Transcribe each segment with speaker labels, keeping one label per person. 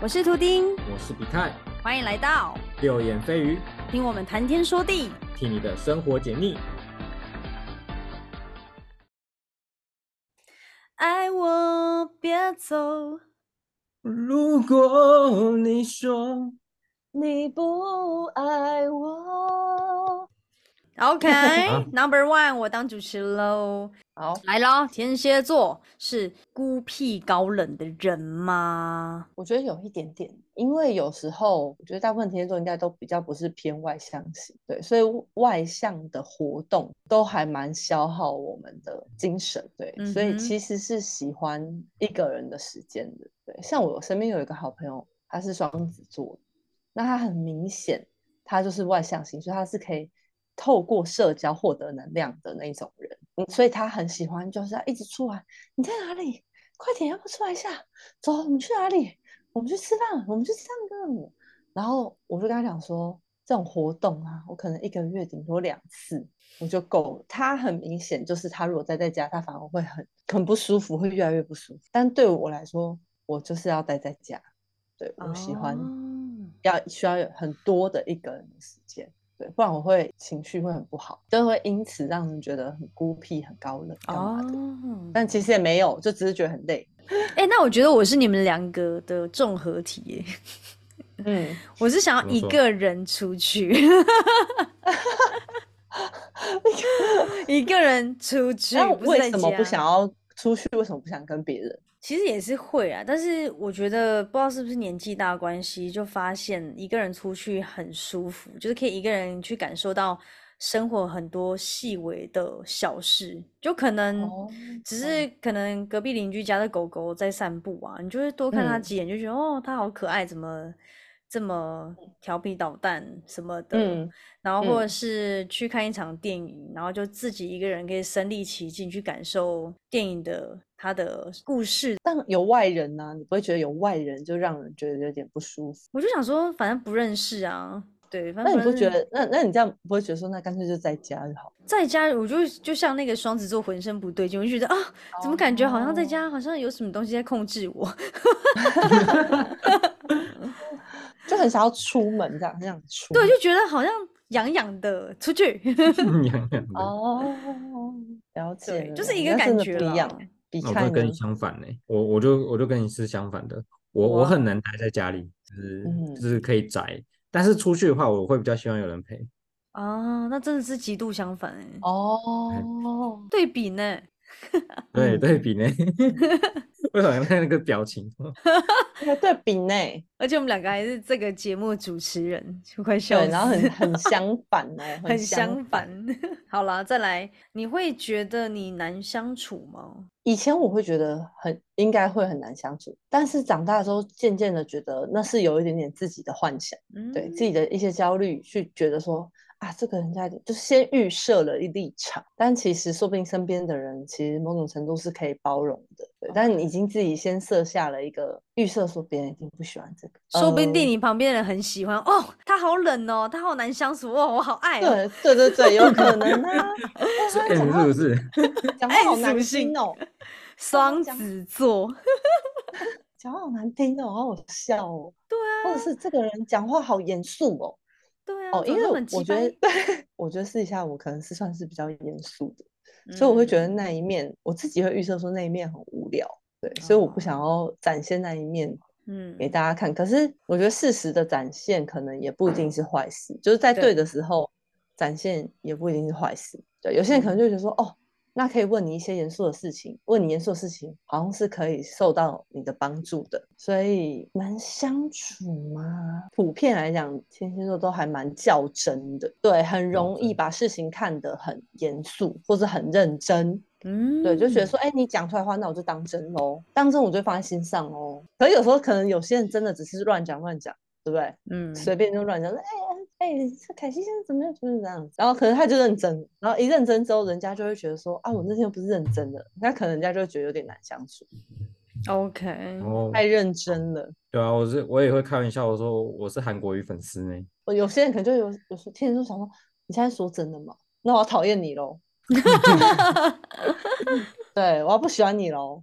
Speaker 1: 我是图丁，
Speaker 2: 我是比泰，
Speaker 1: 欢迎来到
Speaker 2: 六言蜚语，
Speaker 1: 听我们谈天说地。
Speaker 2: 替你的生活解腻。
Speaker 1: 爱我别走，
Speaker 2: 如果你说
Speaker 1: 你不爱 我。OK，Number、One，我当主持喽。
Speaker 3: 好，
Speaker 1: 来喽，天蝎座是孤僻高冷的人吗？
Speaker 3: 我觉得有一点点，因为有时候我觉得大部分天蝎座应该都比较不是偏外向型，对，所以外向的活动都还蛮消耗我们的精神，对，所
Speaker 1: 嗯哼
Speaker 3: 以其实是喜欢一个人的时间的，对。像我身边有一个好朋友，他是双子座，那他很明显他就是外向型，所以他是可以透过社交获得能量的那一种人，嗯，所以他很喜欢就是啊要一直出来，你在哪里？快点，要不出来一下？走，我们去哪里？我们去吃饭，我们去唱歌舞。然后我就跟他讲说，这种活动啊，我可能一个月顶多两次，我就够了。他很明显就是，他如果待在家，他反而会很很不舒服，会越来越不舒服。但对我来说，我就是要待在家，对我喜欢
Speaker 1: 哦
Speaker 3: 要需要有很多的一个人的时间，对，不然我会情绪会很不好，就会因此让人觉得很孤僻、很高冷干嘛的。
Speaker 1: 哦，
Speaker 3: 但其实也没有，就只是觉得很累。
Speaker 1: 哎、那我觉得我是你们两个的综合体耶。
Speaker 3: 嗯，
Speaker 1: 我是想要
Speaker 2: 怎么
Speaker 1: 一
Speaker 2: 说
Speaker 1: 个人出 去，一个人出去
Speaker 3: 那，
Speaker 1: 是在
Speaker 3: 哎为什么不
Speaker 1: 家
Speaker 3: 想要出去？为什么不想跟别人？
Speaker 1: 其实也是会啊，但是我觉得不知道是不是年纪大的关系，就发现一个人出去很舒服，就是可以一个人去感受到生活很多细微的小事，就可能
Speaker 3: 哦
Speaker 1: 嗯只
Speaker 3: 懂
Speaker 1: 是可能隔壁邻居家的狗狗在散步啊，你就会多看它
Speaker 3: 嗯
Speaker 1: 几眼，就觉得哦，它好可爱，怎么这么调皮捣蛋什么的。
Speaker 3: 嗯，
Speaker 1: 然后或者
Speaker 3: 嗯
Speaker 1: 是去看一场电影，然后就自己一个人可以身临其境去感受电影的它的故事。
Speaker 3: 但有外人呢、你不会觉得有外人就让人觉得有点不舒服？
Speaker 1: 我就想说，反正不认识啊，对，反
Speaker 3: 那
Speaker 1: 正
Speaker 3: 你不
Speaker 1: 认
Speaker 3: 觉
Speaker 1: 识
Speaker 3: 得？那那你这样不会觉得说，那干脆就在家就好？
Speaker 1: 在家，我就就像那个双子座浑身不对劲，我就觉得啊，怎么感觉好
Speaker 3: 哦
Speaker 1: 像在家好像有什么东西在控制我？
Speaker 3: 就很想要出门，这样很想出
Speaker 1: 对，
Speaker 3: 门。
Speaker 1: 就觉得好像痒痒的，出去。
Speaker 2: 痒痒的。
Speaker 3: 哦，了解
Speaker 1: 对
Speaker 3: 了，
Speaker 1: 就是一
Speaker 3: 你
Speaker 1: 个
Speaker 3: 那
Speaker 1: 感
Speaker 3: 真的
Speaker 1: 觉
Speaker 3: 不
Speaker 1: 啦
Speaker 3: 一样。比
Speaker 2: 那我真
Speaker 3: 看
Speaker 2: 的跟你相反呢、我我就我就跟你是相反的，我我
Speaker 1: 哇
Speaker 2: 很难待在家里，就是、
Speaker 3: 嗯
Speaker 2: 就是可以宅，但是出去的话，我会比较希望有人陪。
Speaker 1: 啊，那真的是极度相反哎、
Speaker 3: 哦，
Speaker 1: 对比呢，
Speaker 2: 对，
Speaker 3: 嗯
Speaker 2: 对比呢，为什么要看那个表情？哎
Speaker 3: 那个对比呢，
Speaker 1: 而且我们两个还是这个节目的主持人，就快笑
Speaker 3: 对，
Speaker 1: 死。
Speaker 3: 然后很很相反哦，
Speaker 1: 很
Speaker 3: 相
Speaker 1: 相。反。 好啦，再来，你会觉得你难相处吗？
Speaker 3: 以前我会觉得很应该会很难相处，但是长大之后渐渐的觉得那是有一点点自己的幻想，
Speaker 1: 嗯，
Speaker 3: 对自己的一些焦虑，去觉得说啊，这个人家就是先预设了一立场，但其实说不定身边的人其实某种程度是可以包容的，对，但你已经自己先设下了一个预设，说别人一定不喜欢这个，
Speaker 1: 说不定
Speaker 3: 呃
Speaker 1: 你旁边的人很喜欢哦，他好冷哦，他好难相处哦，我好爱哦。
Speaker 3: 对呃对对对，有可能 啊，哦
Speaker 2: 是
Speaker 3: 他
Speaker 2: M
Speaker 3: 讲话
Speaker 2: 是不哎是？
Speaker 3: 讲话
Speaker 1: 爱
Speaker 3: 好
Speaker 1: 属
Speaker 3: 难
Speaker 1: 性
Speaker 3: 听哦，
Speaker 1: 双
Speaker 3: 讲
Speaker 1: 子座，
Speaker 3: 讲话好难听哦，好好笑哦，
Speaker 1: 对
Speaker 3: 或者
Speaker 1: 啊，
Speaker 3: 是这个人讲话好严肃哦。
Speaker 1: 对啊，
Speaker 3: 哦，因
Speaker 1: 怎么那么
Speaker 3: 为我
Speaker 1: 鸡
Speaker 3: 我觉
Speaker 1: 掰
Speaker 3: 得， 对，我觉得私底下我可能是算是比较严肃的，所以我会觉得
Speaker 1: 嗯
Speaker 3: 那一面，我自己会预设说那一面很无聊，对，所以我不想
Speaker 1: 哦
Speaker 3: 要展现那一面
Speaker 1: 嗯
Speaker 3: 给大家看。可是我觉得适时的展现可能也不一定是坏事，就是在
Speaker 1: 对
Speaker 3: 对的时候展现也不一定是坏事。对，有些人
Speaker 1: 嗯
Speaker 3: 可能就会觉得说，哦，那可以问你一些严肃的事情，问你严肃的事情好像是可以受到你的帮助的，所以难相处嘛。普遍来讲，天蝎座都还蛮较真的，对，很容易
Speaker 2: 真
Speaker 3: 把事情看得很严肃或是很认真，
Speaker 1: 嗯，
Speaker 3: 对，就觉得说，哎、你讲出来的话，那我就当真喽，当真我就放在心上哦。可是有时候可能有些人真的只是乱讲乱讲，对不对？
Speaker 1: 嗯，
Speaker 3: 随便就乱讲，哎哎哎，这凯西现在怎么样？就是这样子。然后可能他就认真了，然后一认真之后，人家就会觉得说，啊，我那天又不是认真的，那可能人家就会觉得有点难相处，
Speaker 1: OK，
Speaker 2: 哦，
Speaker 3: 太认真了。
Speaker 2: 对啊，我是我也会开玩笑，我说我是韩国语粉丝呢。
Speaker 3: 我有些人可能就有有时候天天就想说，你现在说真的吗？那我要讨厌你 喽， 对我要不喜欢你喽。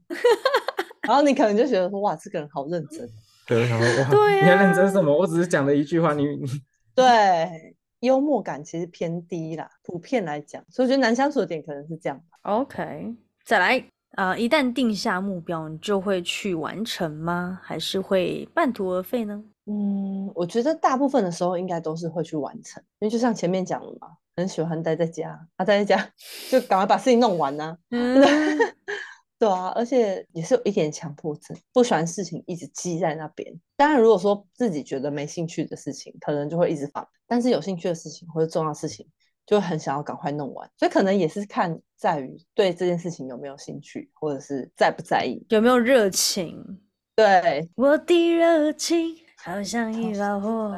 Speaker 3: 然后你可能就觉得说，哇，这个人好认真。
Speaker 2: 对，我想说哇，
Speaker 1: 对
Speaker 2: 你还认
Speaker 1: 啊
Speaker 2: 真什么？我只是讲了一句话，你你
Speaker 3: 对，幽默感其实偏低啦，普遍来讲，所以我觉得难相处的点可能是这样吧。
Speaker 1: OK，再来，呃，一旦定下目标，你就会去完成吗？还是会半途而废呢？
Speaker 3: 嗯，我觉得大部分的时候应该都是会去完成，因为就像前面讲的嘛，很喜欢待在家，啊，待在家 就赶快把事情弄完啊呐、
Speaker 1: 嗯，
Speaker 3: 对啊，而且也是有一点强迫症，不喜欢事情一直积在那边。当然，如果说自己觉得没兴趣的事情，可能就会一直放；但是有兴趣的事情或者重要的事情，就会很想要赶快弄完。所以可能也是看在于对这件事情有没有兴趣，或者是在不在意。
Speaker 1: 有没有热情？
Speaker 3: 对，
Speaker 1: 我的热情好像一把 火，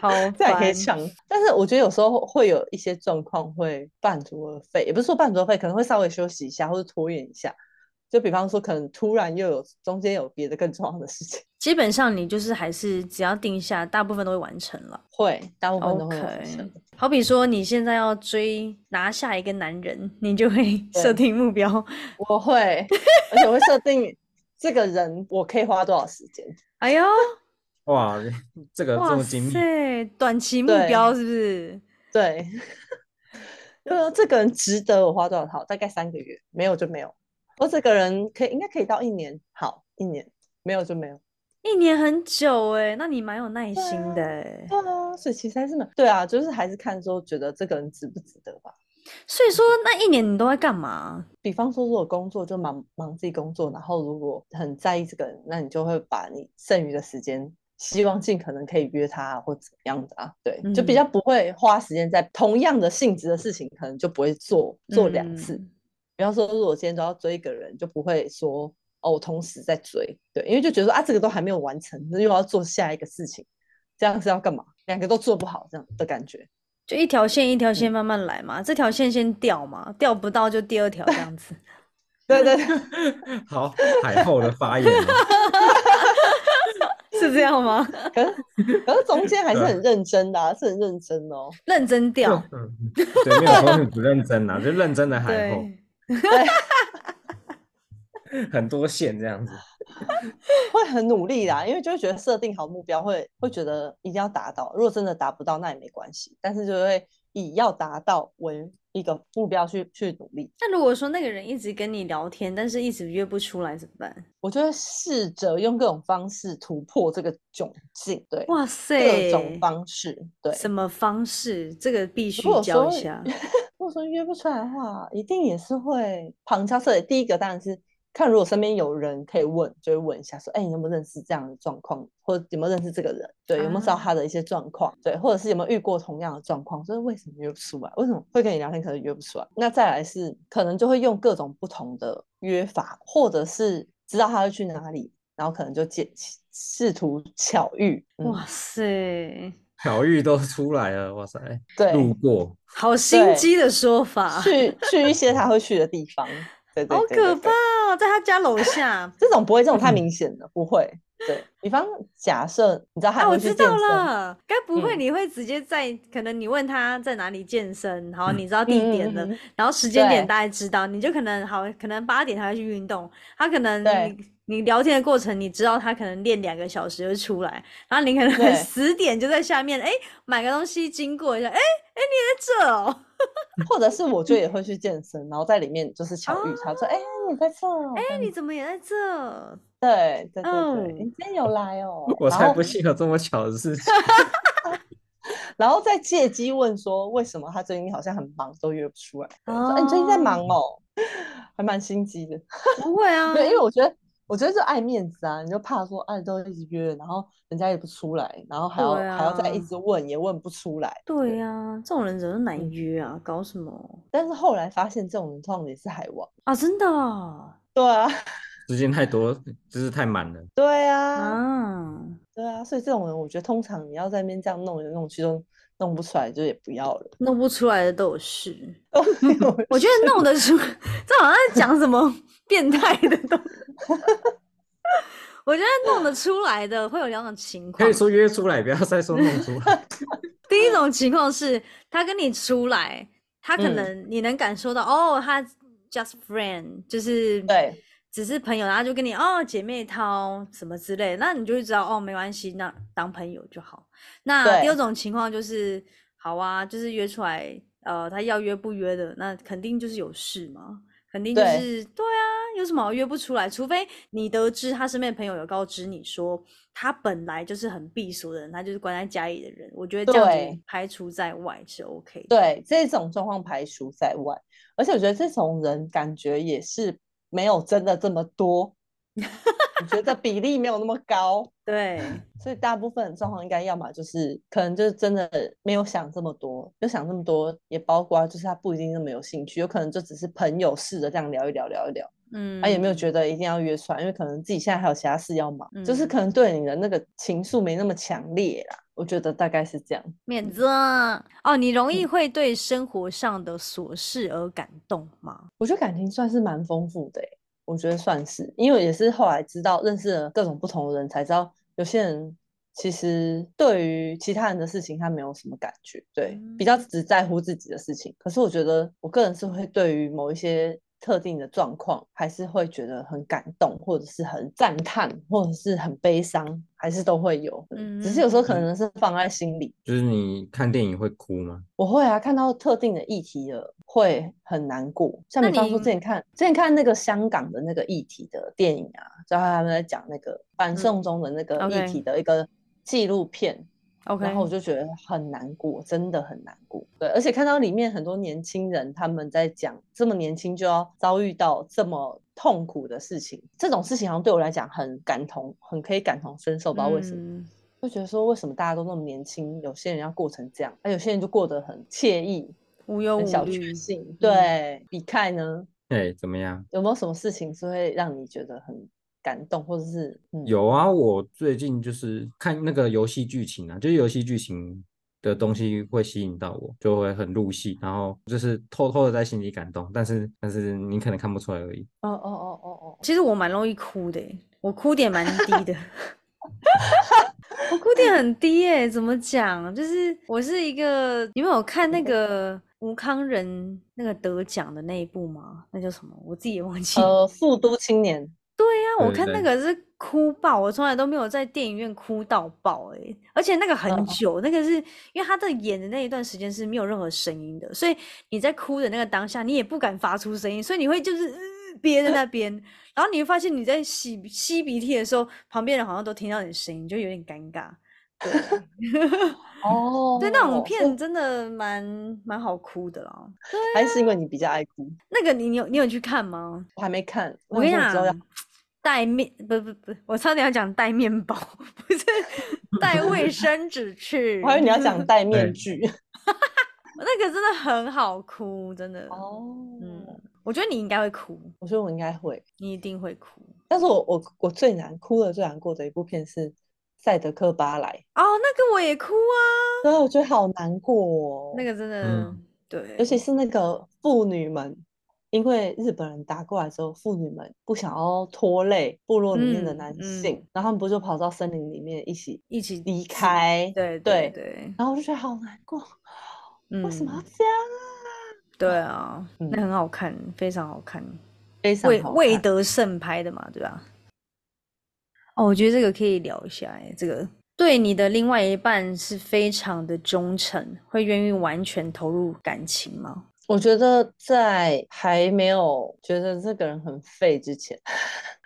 Speaker 1: 好
Speaker 3: 这还可以
Speaker 1: 烦
Speaker 3: 唱。但是我觉得有时候会有一些状况会半途而废，也不是说半途而废，可能会稍微休息一下或者拖延一下。就比方说，可能突然又有中间有别的更重要的事情，
Speaker 1: 基本上你就是还是只要定下，大部分都会完成了。
Speaker 3: 会大部分都会有发
Speaker 1: OK，
Speaker 3: 生。
Speaker 1: 好比说你现在要追拿下一个男人，你就会 设
Speaker 3: 对
Speaker 1: 定目标。
Speaker 3: 我会，而且我会设定这个人我可以花多少时间。
Speaker 1: 哎呦，
Speaker 2: 哇，这个这
Speaker 1: 哇
Speaker 2: 种经历，
Speaker 1: 塞，短期目
Speaker 3: 对
Speaker 1: 标是不是？
Speaker 3: 对，就说这个人值得我花多少套，大概三个月，没有就没有。我这个人可以应该可以到一年，好，一年没有就没有。
Speaker 1: 一年很久哎、那你蛮有耐
Speaker 3: 对
Speaker 1: 心
Speaker 3: 啊
Speaker 1: 的哎、
Speaker 3: 对啊，所以其实还是蛮对啊，就是还是看说觉得这个人值不值得吧。
Speaker 1: 所以说，那一年你都在干嘛？啊
Speaker 3: 比方说，如果工作就忙忙自己工作，然后如果很在意这个人，那你就会把你剩余的时间，希望尽可能可以约他啊或怎么样的啊，对，就比
Speaker 1: 嗯
Speaker 3: 较不会花时间在同样的性质的事情，可能就不会做做两次。
Speaker 1: 嗯
Speaker 3: 比方说，如果今天都要追一个人，就不会说哦，我同时在追，对，因为就觉得说啊，这个都还没有完成，那又要做下一个事情，这样是要干嘛？两个都做不好，这样的感觉。
Speaker 1: 就一条线一条
Speaker 3: 嗯
Speaker 1: 线慢慢来嘛，这条线先掉嘛，掉不到就第二条这样 子。
Speaker 3: 对对对，
Speaker 2: 好海后的发言哦，
Speaker 1: 是这样吗？
Speaker 3: 可是可是中间还是
Speaker 2: 对
Speaker 3: 很认真的、啊，是很认真哦。
Speaker 1: 认真掉，
Speaker 2: 嗯对，没有说你不认真呐、就认真的海后，
Speaker 1: 对，
Speaker 2: 很多线这样子，
Speaker 3: 会很努力啦，因为就会觉得设定好目标会会觉得一定要达到，如果真的达不到那也没关系，但是就会以要达到为一个目标去去努力。
Speaker 1: 那如果说那个人一直跟你聊天，但是一直约不出来怎么办？
Speaker 3: 我就会试着用各种方式突破这个窘境，对，
Speaker 1: 哇塞，
Speaker 3: 各种方式，对。
Speaker 1: 什么方式？这个必须
Speaker 3: 如果
Speaker 1: 教
Speaker 3: 说
Speaker 1: 一 下。
Speaker 3: 如果说约不出来的话，一定也是会旁敲侧击。第一个当然是看如果身边有人可以问，就会问一下说，哎、你有没有认识这样的状况，或者有没有认识这个人？对，有没有知
Speaker 1: 啊
Speaker 3: 道他的一些状况？对，或者是有没有遇过同样的状况？就是为什么约不出来？为什么会跟你聊天可能约不出来？那再来是可能就会用各种不同的约法，或者是知道他会去哪里，然后可能就借试图巧遇。嗯、
Speaker 1: 哇塞，
Speaker 2: 巧遇都出来了，哇塞，
Speaker 3: 对，
Speaker 2: 路过，
Speaker 1: 好心
Speaker 3: 对
Speaker 1: 机的说法，
Speaker 3: 去去一些他会去的地方。对对
Speaker 1: 啊好
Speaker 3: 对
Speaker 1: 可
Speaker 3: 对对
Speaker 1: 怕哦，在他家楼下。
Speaker 3: 这种不会，这种太
Speaker 1: 嗯
Speaker 3: 明显了，不会。对比方假设你知道
Speaker 1: 啊，
Speaker 3: 他也
Speaker 1: 我
Speaker 3: 会去
Speaker 1: 知
Speaker 3: 健
Speaker 1: 道
Speaker 3: 身，
Speaker 1: 了，该不会
Speaker 3: 嗯
Speaker 1: 你会直接在？可能你问他在哪里健身，好，你知道地
Speaker 3: 嗯嗯
Speaker 1: 点了，
Speaker 3: 嗯嗯
Speaker 1: 然后时间点
Speaker 3: 对
Speaker 1: 大概知道，你就可能好，可能八点他会去运动，他可能
Speaker 3: 对
Speaker 1: 你你聊天的过程，你知道他可能练两个小时就出来，然后你可能
Speaker 3: 对
Speaker 1: 十点就在下面，哎，买个东西经过一下，哎哎，你也在这哦，
Speaker 3: 嗯或者是我就也会去健身，然后在里面就是巧遇他，说：“哎、你在这哦？哎、
Speaker 1: 哦哎，你怎么也在这？
Speaker 3: 对对对对，
Speaker 1: 嗯
Speaker 3: 你今天有 来哦。”
Speaker 2: 我
Speaker 3: 然
Speaker 2: 才
Speaker 3: 后
Speaker 2: 不信有这么巧的事情。
Speaker 3: 然后再借机问说：“为什么他最近好像很忙，都约不出来？”对说：“哎、你最近在
Speaker 1: 哦
Speaker 3: 忙哦，还蛮心机的。”
Speaker 1: 不会啊，
Speaker 3: 对，因为我觉得，我觉得就爱面子啊，你就怕说，哎，都一直约，然后人家也不出来，然后还要、
Speaker 1: 对
Speaker 3: 还要再一
Speaker 1: 啊
Speaker 3: 直问，也问不出来。
Speaker 1: 对呀、这种人怎么难
Speaker 3: 嗯
Speaker 1: 约啊？搞什么
Speaker 3: 但是后来发现，这种人通常也是海王。
Speaker 1: 啊？真的哦
Speaker 3: 对啊，
Speaker 2: 时间太多，就是太满了。
Speaker 3: 对啊，
Speaker 1: 啊？
Speaker 3: 对啊，所以这种人，我觉得通常你要在那边这样弄来弄去都弄不出来，就也不要了。
Speaker 1: 弄不出来的都有 事，
Speaker 3: 都哦没有
Speaker 1: 我觉得弄得出，这好像在讲什么变态的东西。我觉得弄得出来的会有两种情
Speaker 2: 可
Speaker 1: 况
Speaker 2: 以，说约出来，不要再说弄出来。
Speaker 1: 第一种情况是他跟你出来，他可
Speaker 3: 嗯
Speaker 1: 能你能感受到、哦，他 just friend，就是
Speaker 3: 对
Speaker 1: 只是朋友，然后就跟你哦姐妹淘什么之类的，那你就会知道哦没关系，那当朋友就好。那第二
Speaker 3: 对
Speaker 1: 种情况就是，好啊，就是约出来，呃，他要约不约的，那肯定就是有事嘛，肯定就
Speaker 3: 对
Speaker 1: 是对啊，有什么好约不出来？除非你得知他身边的朋友有告知你说他本来就是很避俗的人，他就是关在家里的人，我觉得这样子
Speaker 3: 对
Speaker 1: 排除在外是 OK 的。
Speaker 3: 对，这种状况排除在外，而且我觉得这种人感觉也是没有真的这么 多，我觉得比例没有那么高，
Speaker 1: 对
Speaker 3: 所以大部分的状况应该要么就是可能就是真的没有想这么多，就想这么多也包括就是他不一定那么有兴趣，有可能就只是朋友试着这样聊一聊聊一聊，
Speaker 1: 嗯，
Speaker 3: 他、啊也没有觉得一定要约出来，因为可能自己现在还有其他事要忙，就是
Speaker 1: 嗯
Speaker 3: 可能对你的那个情愫没那么强烈啦，我觉得大概是这样。
Speaker 1: 免责嗯哦，你容易会对生活上的琐事而感动吗？
Speaker 3: 我觉得感情算是蛮丰富的欸，我觉得算是，因为也是后来知道认识了各种不同的人，才知道有些人其实对于其他人的事情他没有什么感觉，对，比较只在乎自己的事情。可是我觉得我个人是会对于某一些特定的状况，还是会觉得很感动，或者是很赞叹，或者是很悲伤，还是都会有。只是有时候可
Speaker 2: 嗯
Speaker 3: 能是放在心里，
Speaker 2: 就是你看电影会哭吗？
Speaker 3: 我会啊，看到特定的议题了，会很难过。像
Speaker 1: 那
Speaker 3: 比方说，
Speaker 1: 你
Speaker 3: 之前看之前看那个香港的那个议题的电影啊，就他们在讲那个反送中的那个议
Speaker 1: 嗯 OK
Speaker 3: 题的一个纪录片，
Speaker 1: ，OK，
Speaker 3: 然后我就觉得很难过，真的很难过。对，而且看到里面很多年轻人他们在讲，这么年轻就要遭遇到这么痛苦的事情，这种事情好像对我来讲很感同，很可以感同身受，不知道为什么。
Speaker 1: 嗯
Speaker 3: 就觉得说，为什么大家都那么年轻？有些人要过成这样，那有些人就过得很惬意，
Speaker 1: 无忧
Speaker 3: 很
Speaker 1: 无
Speaker 3: 小确
Speaker 1: 虑。
Speaker 3: 幸。对，比凯呢，
Speaker 2: 哎，怎么样？
Speaker 3: 有没有什么事情是会让你觉得很感动，或者是嗯，
Speaker 2: 有啊，我最近就是看那个游戏剧情啊，就是游戏剧情的东西会吸引到我，就会很入戏，然后就是偷偷的在心里感动，但是但是你可能看不出来而已。
Speaker 3: 哦哦哦哦哦，
Speaker 1: 其实我蛮容易哭的欸，我哭点蛮低 的，我哭点很低耶、怎么讲？就是我是一个，你们有看
Speaker 3: 嗯
Speaker 1: 那个吴康仁那个得奖的那一部吗？那叫什么？我自己也忘记了。
Speaker 3: 呃，复都青年，
Speaker 1: 那我
Speaker 2: 对
Speaker 1: 看
Speaker 2: 对
Speaker 1: 那个是哭爆，我从来都没有在电影院哭到爆哎、而且那个很
Speaker 3: 嗯
Speaker 1: 久，那个是因为他在演的那一段时间是没有任何声音的，所以你在哭的那个当下，你也不敢发出声音，所以你会就是、呃憋在那边，然后你会发现你在吸鼻吸鼻涕的时候，旁边人好像都听到你的声音，你就有点尴尬。
Speaker 3: 哦，
Speaker 1: 对，那种
Speaker 3: 所
Speaker 1: 片
Speaker 3: 以
Speaker 1: 真的蛮蛮好哭的啦。
Speaker 3: 还是因为你比较爱哭，
Speaker 1: 那个你你有你有去看吗？
Speaker 3: 我还没看，
Speaker 1: 我跟你
Speaker 3: 想说之后要
Speaker 1: 讲，带面不不不，我差点要讲带面包，不 是带卫生纸去。
Speaker 3: 我还以为你要 讲戴面
Speaker 2: 对
Speaker 3: 具
Speaker 1: 那个真的很好哭，真的。
Speaker 3: 哦，
Speaker 1: 嗯，我觉得你应该会哭，
Speaker 3: 我觉得我应该会，
Speaker 1: 你一定会哭。
Speaker 3: 但是我我我最难哭的最难过的一部片是《赛德克巴莱》，
Speaker 1: 哦，那个我也哭啊，
Speaker 3: 对，我觉得好难过哦，
Speaker 1: 那个真的、
Speaker 2: 嗯
Speaker 1: 对，
Speaker 3: 尤其是那个妇女们，因为日本人打过来之后，妇女们不想要拖累部落里面的
Speaker 1: 嗯
Speaker 3: 男
Speaker 1: 嗯
Speaker 3: 性，然后他们不就跑到森林里面一起
Speaker 1: 一起
Speaker 3: 离
Speaker 1: 自。
Speaker 3: 开？
Speaker 1: 对
Speaker 3: 对
Speaker 1: 对，
Speaker 3: 然后我就觉得好难过，为什么要
Speaker 1: 嗯
Speaker 3: 这样
Speaker 1: 对啊，
Speaker 3: 嗯
Speaker 1: 那很好看，非常好看。
Speaker 3: 啊？非常
Speaker 1: 魏
Speaker 3: 好
Speaker 1: 魏
Speaker 3: 看
Speaker 1: 德胜拍的嘛，对吧？哦，我觉得这个可以聊一下、欸，这个对你的另外一半是非常的忠诚，会愿意完全投入感情吗？
Speaker 3: 我觉得在还没有觉得这个人很废之前，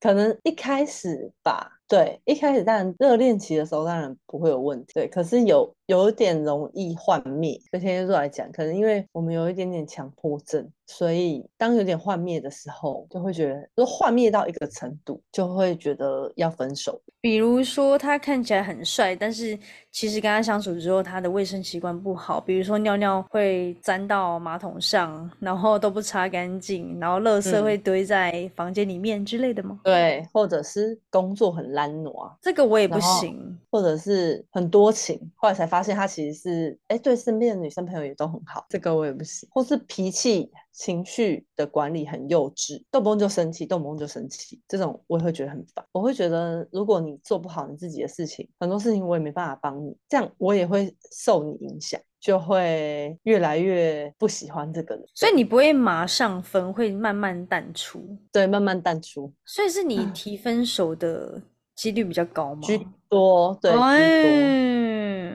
Speaker 3: 可能一开始吧，对，一开始当然热恋期的时候当然不会有问题，对，可是有有点容易幻灭。对天蝎座来讲，可能因为我们有一点点强迫症，所以当有点幻灭的时候，就会觉得就幻灭到一个程度，就会觉得要分手。
Speaker 1: 比如说他看起来很帅，但是其实跟他相处之后，他的卫生习惯不好，比如说尿尿会沾到马桶上，然后都不擦干净，然后垃圾
Speaker 3: 嗯
Speaker 1: 会堆在房间里面之类的吗？
Speaker 3: 对，或者是工作很懒惰啊，
Speaker 1: 这个我也不
Speaker 3: 然后
Speaker 1: 行，
Speaker 3: 或者是很多情，后来才发现他其实是哎、诶对身边的女生朋友也都很好，这个我也不行，或是脾气情绪的管理很幼稚，动不动就生气，动不动就生气，这种我也会觉得很烦。我会觉得如果你做不好你自己的事情，很多事情我也没办法帮你，这样我也会受你影响。就会越来越不喜欢这个人，
Speaker 1: 所以你不会马上分，会慢慢淡出。
Speaker 3: 对慢慢淡出
Speaker 1: 所以是你
Speaker 3: 嗯
Speaker 1: 提分手的几率比较高吗？
Speaker 3: 居多，对居多。
Speaker 1: 哎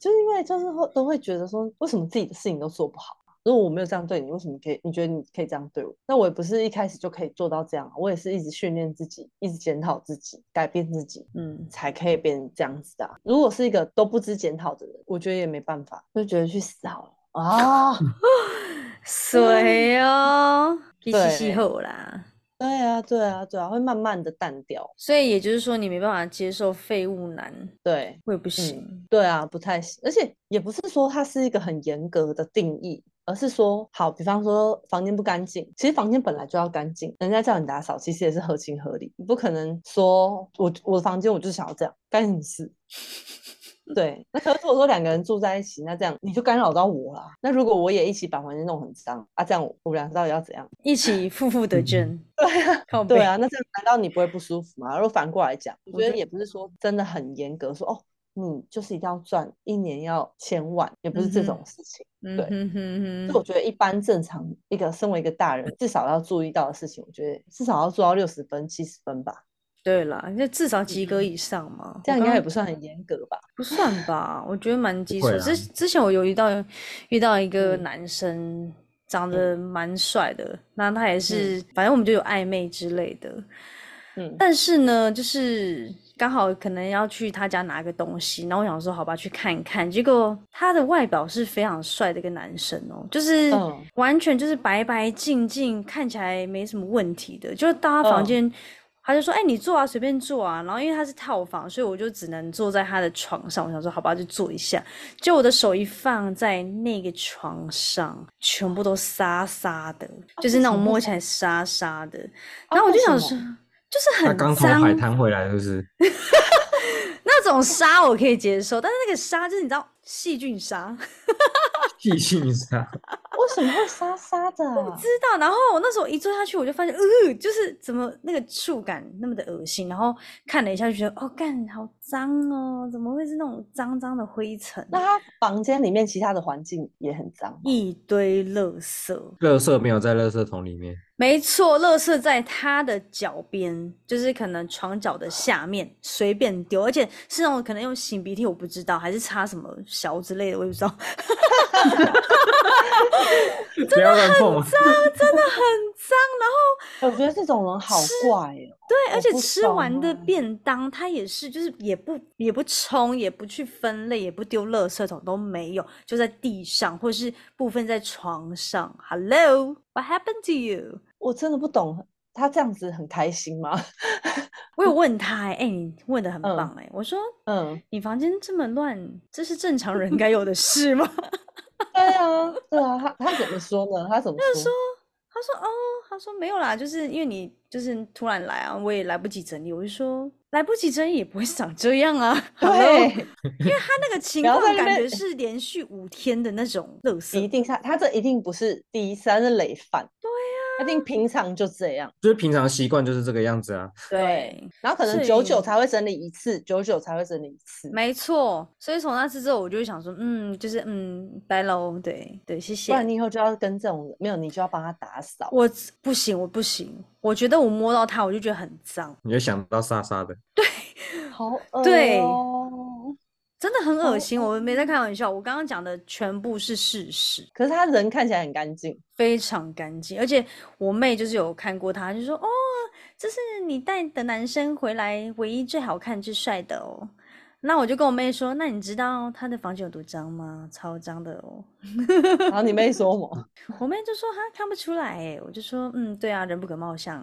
Speaker 3: 就是因为就是会都会觉得说，为什么自己的事情都做不好啊？如果我没有这样对你，为什么可以？你觉得你可以这样对我？那我也不是一开始就可以做到这样啊，我也是一直训练自己，一直检讨自己，改变自己，
Speaker 1: 嗯，
Speaker 3: 才可以变成这样子的啊、如果是一个都不知检讨的人，我觉得也没办法，就觉得去死好了啊！
Speaker 1: 水哦，比起
Speaker 3: 对
Speaker 1: 气候啦。
Speaker 3: 对啊，对啊，对啊，会慢慢的淡掉。
Speaker 1: 所以也就是说，你没办法接受废物男，
Speaker 3: 对，
Speaker 1: 我也不行。
Speaker 3: 对啊，不太行，而且也不是说它是一个很严格的定义，而是说，好，比方说房间不干净，其实房间本来就要干净，人家叫你打扫，其实也是合情合理，你不可能说我我的房间我就是想要这样，干你事。对，那可是如果说两个人住在一起，那这样你就干扰到我啦。那如果我也一起把房间弄很脏啊，这样我我们俩到底要怎样？
Speaker 1: 一起负负得正，
Speaker 3: 对啊，
Speaker 1: 靠
Speaker 3: 对
Speaker 1: 背
Speaker 3: 啊，那这样难道你不会不舒服吗？如果反过来讲，我
Speaker 1: 我
Speaker 3: 觉
Speaker 1: 觉
Speaker 3: 得
Speaker 1: 得
Speaker 3: 也不是说真的很严格，说哦，你就是一定要赚一年要千万，也不是这
Speaker 1: 嗯哼
Speaker 3: 种事情。对
Speaker 1: 嗯哼哼
Speaker 3: 就
Speaker 1: 哼
Speaker 3: 我觉得一般正常一个身为一个大人，至少要注意到的事情，我觉得至少要做到六十分、七十分吧，
Speaker 1: 对啦，那至少及格以上嘛。
Speaker 3: 嗯这
Speaker 1: 我
Speaker 3: 样应
Speaker 1: 刚
Speaker 3: 该也不算很严格吧？
Speaker 1: 不算吧，我觉得蛮棘
Speaker 2: 会
Speaker 1: 手。
Speaker 2: 啊
Speaker 1: 之之前我有遇到遇到一个
Speaker 3: 嗯
Speaker 1: 男生，长得蛮帅的，那他也是，反正我们就有暧昧之类的。
Speaker 3: 嗯，
Speaker 1: 但是呢，就是刚好可能要去他家拿个东西，然后我想说好吧，去看看。结果他的外表是非常帅的一个男生哦，就是
Speaker 3: 嗯
Speaker 1: 完全就是白白净净，看起来没什么问题的。就到他
Speaker 3: 嗯
Speaker 1: 房间，他就说：“哎、你坐啊，随便坐啊。”然后因为他是套房，所以我就只能坐在他的床上。我想说好吧，就坐一下。就我的手一放在那个床上，全部都沙沙的，就是
Speaker 3: 啊
Speaker 1: 那
Speaker 3: 为什
Speaker 1: 种
Speaker 3: 么会
Speaker 1: 摸
Speaker 3: 这
Speaker 1: 起来沙沙的。
Speaker 3: 啊
Speaker 1: 然后我
Speaker 3: 为
Speaker 1: 就
Speaker 3: 什
Speaker 1: 想
Speaker 3: 么
Speaker 1: 说，就是
Speaker 2: 他
Speaker 1: 很
Speaker 2: 刚从
Speaker 1: 脏，
Speaker 2: 海滩回来，是不 是？
Speaker 1: 那种沙我可以接受，但是那个沙就是你知道细菌沙，
Speaker 2: 细性沙，
Speaker 3: 为什么会沙沙的啊？
Speaker 1: 知道。然后我那时候一坐下去，我就发现，呃，就是怎么那个触感那么的恶心。然后看了一下，就觉得哦，干好脏哦，怎么会是那种脏脏的灰尘
Speaker 3: 那
Speaker 1: 啊？
Speaker 3: 他房间里面其他的环境也很脏吗，
Speaker 1: 一堆垃圾，
Speaker 2: 垃圾没有在垃圾桶里 面，
Speaker 1: 没错，垃圾在他的脚边，就是可能床脚的下面随便丢，而且是那种可能用擤鼻涕，我不知道，还是擦什么小之类的，我也不知道。
Speaker 2: 不要乱碰啊。
Speaker 3: 我觉得这种人好怪哦。
Speaker 1: 对，
Speaker 3: 我
Speaker 1: 而且
Speaker 3: 不
Speaker 1: 吃
Speaker 3: 懂
Speaker 1: 完的
Speaker 3: 啊
Speaker 1: 便当，它也是，就是也不也不冲，也不去分类，也不丢垃圾桶，都没有，就在地上，或是部分在床上。Hello，what happened to you？
Speaker 3: 我真的不懂，他这样子很开心吗？
Speaker 1: 我有问他、欸，哎、你问的很
Speaker 3: 嗯
Speaker 1: 棒、欸，哎，我说
Speaker 3: 嗯，
Speaker 1: 你房间这么乱，这是正常人该有的事吗？
Speaker 3: 对啊，对啊，他他怎么说呢？他怎么说？
Speaker 1: 他说哦，他说没有啦，就是因为你就是突然来啊，我也来不及整理。我就说来不及整理也不会长这样啊。Hello
Speaker 3: 对，
Speaker 1: 因为他那个情
Speaker 3: 不要
Speaker 1: 况
Speaker 3: 在那
Speaker 1: 感
Speaker 3: 边
Speaker 1: 觉是连续五天的那种乐色
Speaker 3: 一，定他他这一定不是第一次，他是累犯。对啊呀、一定平常就这样，
Speaker 2: 就是平常习惯就是这个样子啊。
Speaker 1: 对，
Speaker 3: 然后可能久久
Speaker 1: 所以
Speaker 3: 才会整理一次，久久才会整理一次。
Speaker 1: 没错。所以从那次之后，我就会想说，嗯，就是嗯，拜喽，对对，谢谢
Speaker 3: 不。然你以后就要跟这种人没有，你就要帮他打 扫。
Speaker 1: 我不行，我不行，我觉得我摸到它，我就觉得很脏，
Speaker 2: 你就想到沙沙的，
Speaker 3: 好恶、哦，
Speaker 1: 对真的很恶
Speaker 3: 哦
Speaker 1: 心。我没在开玩笑，我刚刚讲的全部是事实。
Speaker 3: 可是他人看起来很干净，
Speaker 1: 非常干净，而且我妹就是有看过他，就说哦，这是你带的男生回来唯一最好看、最帅的哦。那我就跟我妹说，那你知道他的房间有多脏吗？超脏的哦。
Speaker 3: 然后你妹说 嘛，
Speaker 1: 我妹就说哈看不出来哎，我就说嗯对啊，人不可貌相。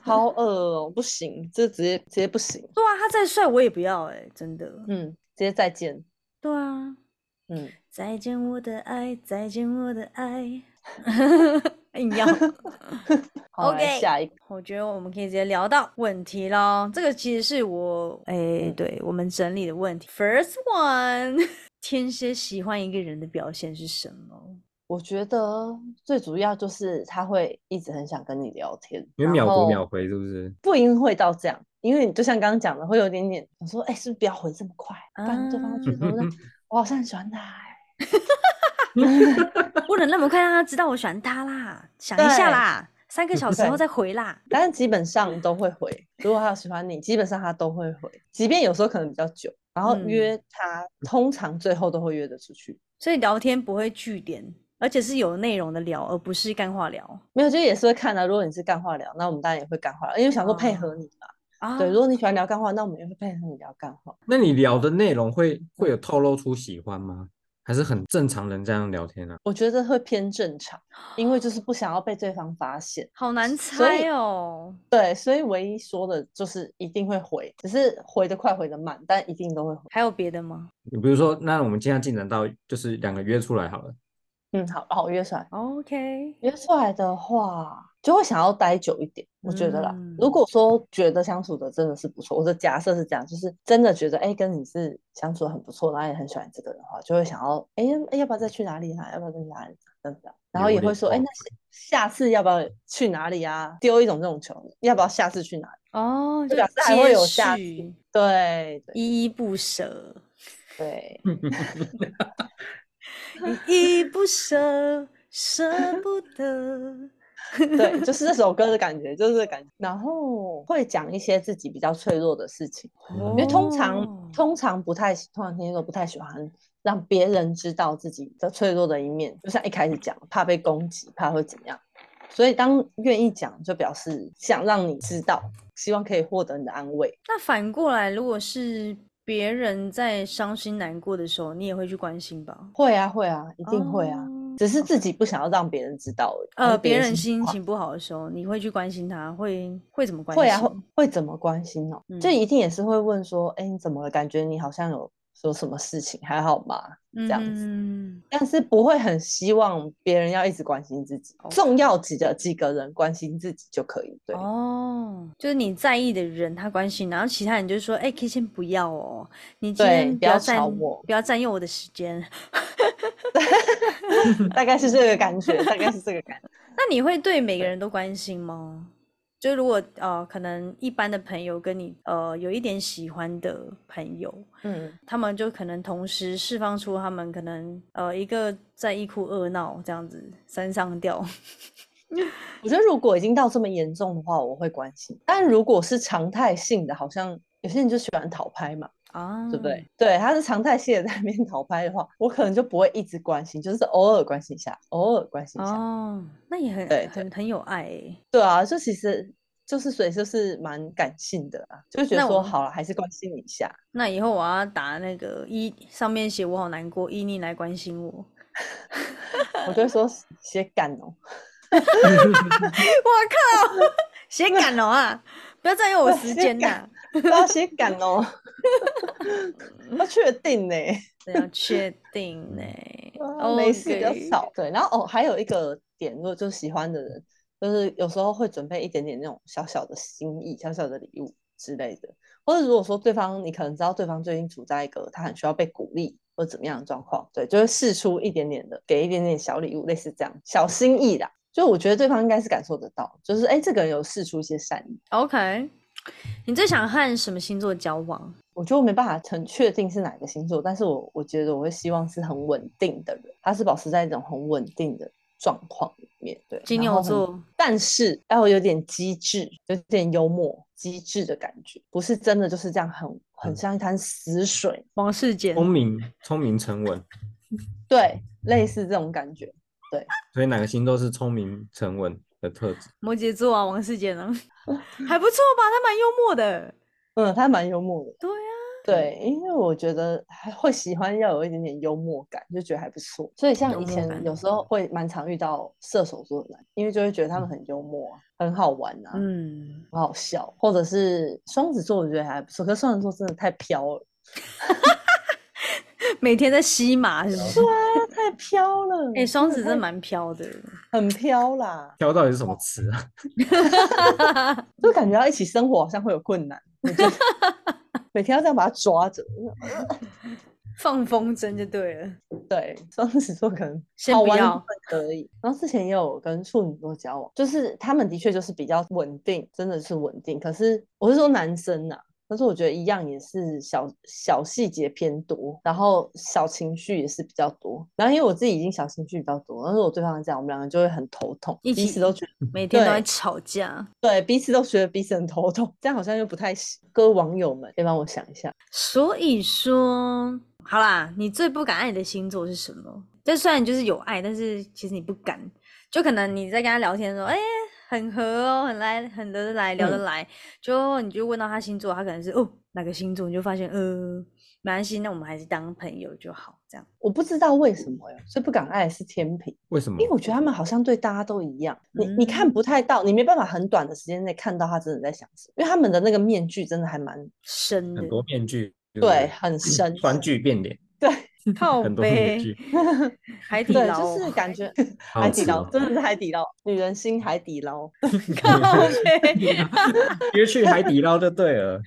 Speaker 3: 好恶、哦，不行，这直接直接不行，
Speaker 1: 对啊，他再帅我也不要哎，真的。
Speaker 3: 嗯，直接再见，
Speaker 1: 对啊，
Speaker 3: 嗯，
Speaker 1: 再见我的爱，再见我的爱。 硬要。
Speaker 3: 好来
Speaker 1: OK
Speaker 3: 下一个，
Speaker 1: 我觉得我们可以直接聊到问题喽。这个其实是我，哎、
Speaker 3: 嗯
Speaker 1: 对我们整理的问题。First one，天 蝎喜欢一个人的表现是什么？
Speaker 3: 我觉得最主要就是他会一直很想跟你聊天，
Speaker 2: 因为
Speaker 3: 然
Speaker 2: 秒读
Speaker 3: 后
Speaker 2: 秒回，是不是？
Speaker 3: 不一定会到这
Speaker 2: 啊
Speaker 3: 样，因为你就像刚刚讲的，会有一点点，我说哎，是不是不要回这么快，不然对方会觉得说那我好像很喜欢他欸，
Speaker 1: 不能那么快让他知道我喜欢他啦，想一下
Speaker 3: 对
Speaker 1: 啦，三个小时后
Speaker 3: 对
Speaker 1: 再回啦。
Speaker 3: 但是基本上都会回。如果他有喜欢你，基本上他都会回，即便有时候可能比较久。然后
Speaker 1: 嗯
Speaker 3: 约他，通常最后都会约得出去。
Speaker 1: 所以聊天不会据点，而且是有内容的聊，而不是干话聊
Speaker 3: 没有，就也是会看的、啊如果你是干话聊，那我们当然也会干话聊，因为想说配合你嘛。
Speaker 1: 啊。
Speaker 3: 对，如果你喜欢聊干话，那我们也会配合你聊干话。
Speaker 2: 那你聊的内容会会有透露出喜欢吗？还是很正常人这样聊天啊？
Speaker 3: 我觉得会偏正常，因为就是不想要被对方发现。
Speaker 1: 好难
Speaker 3: 所以
Speaker 1: 猜哦。
Speaker 3: 对，所以唯一说的就是一定会回，只是回的快，回的慢，但一定都会回。
Speaker 1: 还有别的吗？
Speaker 2: 你比如说，那我们今天进展到就是两个约出来好了，
Speaker 3: 嗯，好好约出来。
Speaker 1: OK，
Speaker 3: 约出来的话，就会想要待久一点，我觉得啦。
Speaker 1: 嗯
Speaker 3: 如果说觉得相处的真的是不错，我的假设是这样，就是真的觉得哎、跟你是相处的很不错，然后也很喜欢这个人的话，就会想要哎、哎要不要再去哪里啊？要不要再去哪里、啊？这样子啊然后
Speaker 2: 有
Speaker 3: 也会
Speaker 2: 礼
Speaker 3: 说哎、
Speaker 2: 貌
Speaker 3: 那下下次要不要去哪里啊？丢一种这种球，要不要下次去哪里？
Speaker 1: 哦，就
Speaker 3: 表示还会
Speaker 1: 接
Speaker 3: 有下次
Speaker 1: 续
Speaker 3: 对对
Speaker 1: 依依不舍，
Speaker 3: 对，
Speaker 1: 依依不舍，舍不得。
Speaker 3: 对，就是这首歌的感觉，就是这个感觉。然后会讲一些自己比较脆弱的事情，因为通常、
Speaker 1: 哦
Speaker 3: 通常不太喜，通常天蝎座不太喜欢让别人知道自己的脆弱的一面，就像一开始讲，怕被攻击，怕会怎样。所以当愿意讲，就表示想让你知道，希望可以获得你的安慰。
Speaker 1: 那反过来，如果是别人在伤心难过的时候，你也会去关心吧？
Speaker 3: 会啊，会啊，一
Speaker 1: 一
Speaker 3: 定会啊。只是自己不想要让别人知道而已。
Speaker 1: 哦呃，
Speaker 3: 让
Speaker 1: 别人
Speaker 3: 不
Speaker 1: 心
Speaker 3: 好
Speaker 1: 情不好的时候，你会去关心他，会会怎么关心？
Speaker 3: 会啊，会会怎么关心哦？就
Speaker 1: 嗯
Speaker 3: 一定也是会问说，哎、你怎么了？感觉你好像有有什么事情，还好吗？
Speaker 1: 这
Speaker 3: 样子
Speaker 1: 子。
Speaker 3: 但是不会很希望别人要一直关心自己，
Speaker 1: 哦
Speaker 3: 重要几的几个人关心自己就可以。对，
Speaker 1: 哦，就是你在意的人他关心，然后其他人就说：“哎、可以先不要哦，你今
Speaker 3: 对
Speaker 1: 天
Speaker 3: 不
Speaker 1: 要
Speaker 3: 要
Speaker 1: 占
Speaker 3: 吵我
Speaker 1: 不要占用我的时间。
Speaker 3: 大概是这个感觉，大概是这个 感觉。”
Speaker 1: 那你会对每个人都关心吗？就如果呃，可能一般的朋友跟你呃有一点喜欢的朋友，
Speaker 3: 嗯，
Speaker 1: 他们就可能同时释放出他们可能呃一个在一哭二闹这样子三上 吊，
Speaker 3: 我觉得如果已经到这么严重的话，我会关心。但如果是常态性的，好像有些人就喜欢讨拍嘛。
Speaker 1: 啊，
Speaker 3: 对不对？？对，他是常态性的在那边讨拍的话，我可能就不会一直关心，就是偶尔关心一下，偶尔关心一下。
Speaker 1: 哦，那也很
Speaker 3: 对对
Speaker 1: 很很有爱欸
Speaker 3: 对啊，就其实就是所以就是蛮感性的啊，就觉
Speaker 1: 那
Speaker 3: 得
Speaker 1: 我
Speaker 3: 说好了，还是关心你一下。
Speaker 1: 那以后我要打那个一上面写我好难过，依你来关心 我。
Speaker 3: 我就会说 写感哦，
Speaker 1: 我靠， 写感哦啊！不要占用我时
Speaker 3: 写
Speaker 1: 间
Speaker 3: 感
Speaker 1: 呐、
Speaker 3: 对啊，写感哦， 要确定呢、
Speaker 1: 这要确定呢、
Speaker 3: 啊没事比较
Speaker 1: 哦 OK
Speaker 3: 少。对，然后哦，还有一个点，如果就是喜欢的人，就是有时候会准备一点点那种小小的心意、小小的礼物之类的，或者如果说对方你可能知道对方最近处在一个他很需要被鼓励或怎么样的状况，对，就会试出一点点的，给一点点小礼物，类似这样小心意啦。就我觉得对方应该是感受得到，就是哎、这个人有试出一些善意。
Speaker 1: OK，你最想和什么星座交往？
Speaker 3: 我觉得我没办法很确定是哪个星座，但是我我觉得我会希望是很稳定的人，他是保持在一种很稳定的状况里面。对，
Speaker 1: 金
Speaker 3: 然
Speaker 1: 牛
Speaker 3: 后很，
Speaker 1: 座
Speaker 3: 但是要有点机智，有点幽默、机智的感觉，不是真的就是这样很很
Speaker 2: 嗯
Speaker 3: 像一滩死水，
Speaker 1: 王世坚，
Speaker 2: 聪明、聪明、沉稳，
Speaker 3: 对，类似这种感觉。
Speaker 2: 所以哪个星座是聪明、沉稳的特质？
Speaker 1: 摩羯座啊，王世坚 啊，还不错吧？他蛮幽默的。
Speaker 3: 嗯，他蛮幽默的，
Speaker 1: 对啊，
Speaker 3: 对，因为我觉得还会喜欢要有一点点幽默感，就觉得还不错。所以像
Speaker 1: 幽
Speaker 3: 以
Speaker 1: 默
Speaker 3: 前
Speaker 1: 感
Speaker 3: 有时候会蛮常遇到射手座的男，因为就会觉得他们很幽默啊、很好玩啊，
Speaker 1: 嗯，
Speaker 3: 很好笑，或者是双子座，我觉得还不错。可是双子座真的太飘了，
Speaker 1: 每天在吸马是不是？
Speaker 3: 他啊太飘了，
Speaker 1: 哎、双子真的
Speaker 3: 太
Speaker 1: 蛮飘 的，
Speaker 3: 很飘啦，
Speaker 2: 挑到底是什么词啊？
Speaker 3: 就感觉要一起生活好像会有困难，我觉得 每天要这样把他抓着。
Speaker 1: 放风筝就对了。
Speaker 3: 对，双子座可能
Speaker 1: 先
Speaker 3: 好
Speaker 1: 不
Speaker 3: 玩的部
Speaker 1: 要
Speaker 3: 分可以。然后之前也有跟处女座交往，就是他们的确就是比较稳定，真的是稳定。可是我是说男生呐、啊但是我觉得一样也是小小细节偏多，然后小情绪也是比较多。然后因为我自己已经小情绪比较多，但是我对方这样，我们两个就会很头痛，
Speaker 1: 一
Speaker 3: 彼
Speaker 1: 起
Speaker 3: 此都觉得
Speaker 1: 每天都在
Speaker 3: 对
Speaker 1: 吵架，
Speaker 3: 对，彼此都觉得彼此很头痛，这样好像又不太行。各位网友们，可以帮我想一下，
Speaker 1: 所以说，好啦，你最不敢爱你的星座是什么？就虽然你就是有爱，但是其实你不敢，就可能你在跟他聊天的时候，哎、很合哦，很来，很得得来，聊得
Speaker 3: 嗯
Speaker 1: 来，就你就问到他星座，他可能是哦哪个星座，你就发现呃，没关系，那我们还是当朋友就好，这样。
Speaker 3: 我不知道为什么哟，最不敢爱的是天平。
Speaker 2: 为什么
Speaker 3: 因为？我觉得他们好像对大家都一样，你你看不太到，你没办法很短的时间内看到他真的在想什么，因为他们的那个面具真的还蛮
Speaker 1: 深的
Speaker 2: 很多面具，对不
Speaker 3: 对，
Speaker 2: 对，
Speaker 3: 很深，
Speaker 2: 川剧变脸，
Speaker 3: 对
Speaker 1: 靠
Speaker 2: 很多面
Speaker 1: 背
Speaker 2: 具，
Speaker 1: 海底
Speaker 3: 对，
Speaker 1: 捞
Speaker 3: 就
Speaker 1: 哦，
Speaker 3: 是感觉
Speaker 2: 好
Speaker 3: 海
Speaker 2: 好
Speaker 3: 底
Speaker 2: 吃
Speaker 3: 捞
Speaker 2: 哦
Speaker 3: 真的是海底捞，女人心海底捞，
Speaker 1: 靠背
Speaker 2: 约去海底捞就对了。